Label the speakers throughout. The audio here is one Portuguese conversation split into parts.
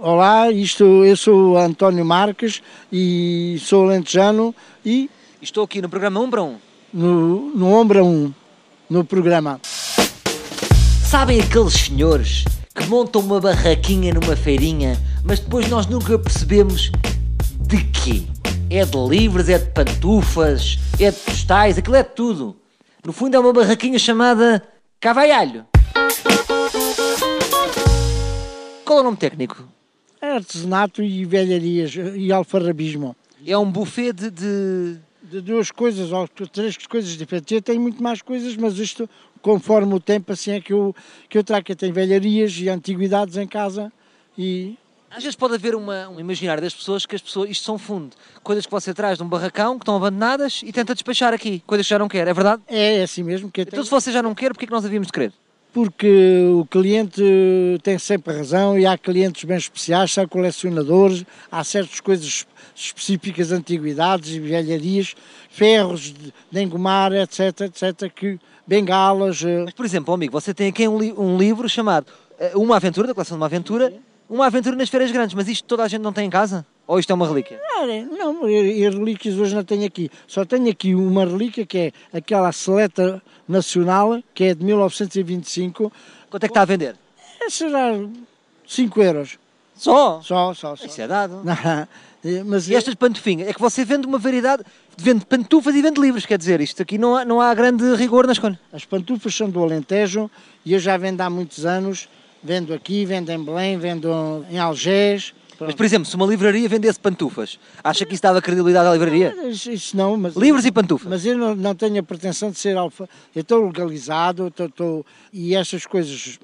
Speaker 1: Olá, isto, eu sou António Marques e sou lentejano e
Speaker 2: Estou aqui no programa Um para Um.
Speaker 1: no, no Ombra 1, no programa.
Speaker 2: Sabem aqueles senhores que montam uma barraquinha numa feirinha, mas depois nós nunca percebemos de quê? É de livros, é de pantufas, é de postais, aquilo é de tudo. No fundo é uma barraquinha chamada Cavaialho. Qual é o nome técnico?
Speaker 1: Artesanato e velharias e alfarrabismo.
Speaker 2: É um buffet de. de-
Speaker 1: De duas coisas ou de três coisas diferentes. Eu tenho muito mais coisas, mas isto, conforme o tempo, assim é que eu, que eu trago. Eu tenho velharias e antiguidades em casa e
Speaker 2: Às vezes pode haver uma, um imaginário das pessoas que as pessoas. Isto são fundo. Coisas que você traz de um barracão que estão abandonadas e tenta despachar aqui. Coisas que já não quer, é verdade?
Speaker 1: é assim mesmo que eu tenho.
Speaker 2: Então se você já não quer, porquê é que nós havíamos de querer?
Speaker 1: porque o cliente tem sempre razão e há clientes bem especiais, há colecionadores, há certas coisas específicas, antiguidades e velharias, ferros de de engomar, etc, etc, que bengalas, eh,
Speaker 2: Mas, por exemplo, amigo, você tem aqui um, li- um livro chamado eh, Uma Aventura, da coleção de uma aventura, Uma Aventura nas Feiras Grandes, mas isto toda a gente não tem em casa? Ou isto é uma relíquia?
Speaker 1: Ah, é, Não, e e relíquias hoje não tenho aqui. Só tenho aqui uma relíquia que é aquela seleta nacional, que é de 1925.
Speaker 2: Quanto é que está a vender?
Speaker 1: Eh, Será 5 euros.
Speaker 2: Só?
Speaker 1: Só, só, só.
Speaker 2: Isso é dado.
Speaker 1: Eh, Mas
Speaker 2: E estas pantufinhas? É que você vende uma variedade, vende pantufas e vende livros, quer dizer, isto aqui não há, não há grande rigor na escolha.
Speaker 1: As pantufas são do Alentejo e eu já vendo há muitos anos. Vendo aqui, vendo em Belém, vendo em Algés.
Speaker 2: Mas, por exemplo, se uma livraria vendesse pantufas, acha que isso dava credibilidade à livraria?
Speaker 1: Isso, isso não, mas.
Speaker 2: Livros e pantufas.
Speaker 1: Mas eu não, não tenho a pretensão de ser alfa. Eu estou legalizado, estou- estou- e essas coisas,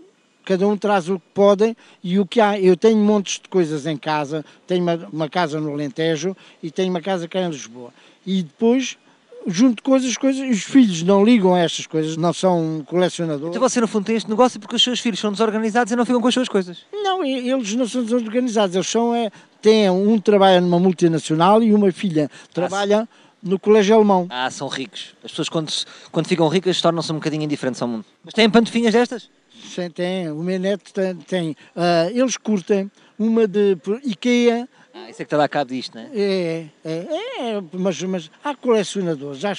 Speaker 1: cada um traz o que podem e o que há. Eu tenho montes de coisas em casa, tenho uma, uma casa no Alentejo e tenho uma casa cá em Lisboa. E depois junto coisas, coisas, e os filhos não ligam a estas coisas, não são colecionadores.
Speaker 2: Então você, no fundo, tem este negócio porque os seus filhos são desorganizados e não ficam com as suas coisas.
Speaker 1: Não, e- eles não são desorganizados, eles são, é, têm, um trabalha numa multinacional e uma filha trabalha no colégio alemão.
Speaker 2: Ah, são ricos. As pessoas, quando, se- quando ficam ricas, tornam-se um bocadinho indiferentes ao mundo. Mas têm pantufinhas destas?
Speaker 1: Sim, tem, o meu neto tem, tem, ah, eles curtem uma de por- IKEA,
Speaker 2: Ah, isso é que está a dar cabo disto, não é?
Speaker 1: é, é, é, mas, mas há colecionadores, há,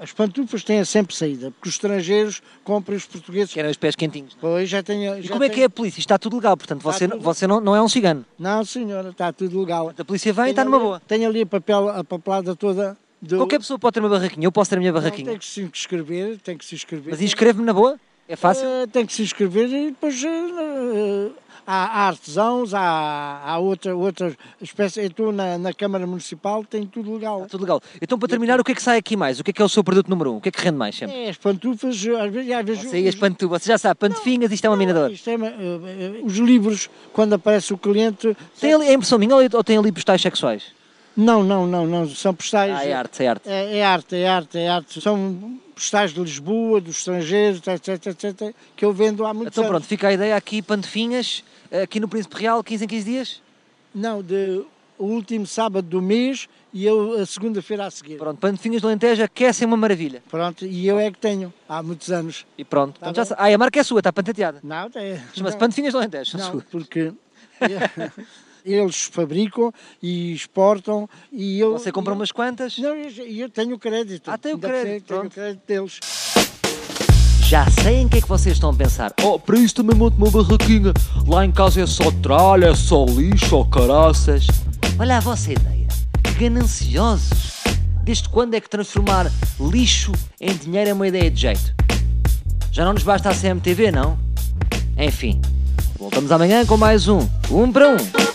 Speaker 1: as pantufas têm sempre saída, porque os estrangeiros compram os portugueses.
Speaker 2: Querem os pés quentinhos. não é?
Speaker 1: Pois já tenho.
Speaker 2: E como é que é a polícia? Está tudo legal, portanto, você,
Speaker 1: tudo.
Speaker 2: você não, não é um cigano.
Speaker 1: Não, senhora, está tudo legal.
Speaker 2: A polícia vem e
Speaker 1: Tenho
Speaker 2: está numa
Speaker 1: ali-
Speaker 2: boa. é,
Speaker 1: Tenho ali a, papel, a papelada toda. Do,
Speaker 2: Qualquer pessoa pode ter uma barraquinha, eu posso ter a minha
Speaker 1: Não, tem
Speaker 2: barraquinha.
Speaker 1: que se inscrever, tem que se inscrever.
Speaker 2: Mas inscreve-me na boa? É fácil?
Speaker 1: Eh, tem que se inscrever e depois eh, há, há artesãos, há, há outra, outras espécies. Eu estou na, na Câmara Municipal, tem tudo legal.
Speaker 2: Tudo legal. Então, para terminar, o que é que sai aqui mais? O que é que é o seu produto número um? O que é que rende mais sempre?
Speaker 1: É, as pantufas, eh, às vezes. Às vezes
Speaker 2: Você e as pantufas, você já sabe, pantufinhas, isto é uma minadora.
Speaker 1: Isto é uma- eh, eh, os livros, quando aparece o cliente.
Speaker 2: Tem ali, é impressão minha ou tem ali postais sexuais?
Speaker 1: Não, não, não, não, são postais.
Speaker 2: Ah, é arte, é arte.
Speaker 1: É, é arte, é arte, é arte. São postais de Lisboa, dos estrangeiros, etc, etc, que eu vendo há muito
Speaker 2: Então
Speaker 1: anos.
Speaker 2: pronto, fica a ideia aqui, pantufinhas, eh, aqui no Príncipe Real, 15 em 15 dias.
Speaker 1: Não, de, o último sábado do mês e eu a segunda-feira a seguir.
Speaker 2: Pronto, pantufinhas de Lentejo aquecem uma maravilha.
Speaker 1: Pronto, e eu é que tenho, há muitos anos.
Speaker 2: E pronto.
Speaker 1: Tá
Speaker 2: Portanto, já
Speaker 1: bem.
Speaker 2: sa- ah, e a marca é sua, está patenteada.
Speaker 1: Não, é,
Speaker 2: Chama-se
Speaker 1: não,
Speaker 2: Pantufinhas do Alentejo. são
Speaker 1: não,
Speaker 2: suas.
Speaker 1: porque eles fabricam e exportam e eu...
Speaker 2: Você compra
Speaker 1: eu-
Speaker 2: umas quantas?
Speaker 1: Não, eu, eu tenho o crédito.
Speaker 2: Ah, tem o
Speaker 1: Ainda por cima
Speaker 2: crédito,
Speaker 1: Tenho o
Speaker 2: pronto.
Speaker 1: crédito deles.
Speaker 2: Já sei em que é que vocês estão a pensar.
Speaker 3: Oh, para isso também monto uma barraquinha. Lá em casa é só tralha, é só lixo, ó caraças.
Speaker 2: Olha a vossa ideia. Gananciosos. Desde quando é que transformar lixo em dinheiro é uma ideia de jeito? Já não nos basta a CMTV, não? Enfim, voltamos amanhã com mais um. Um para um.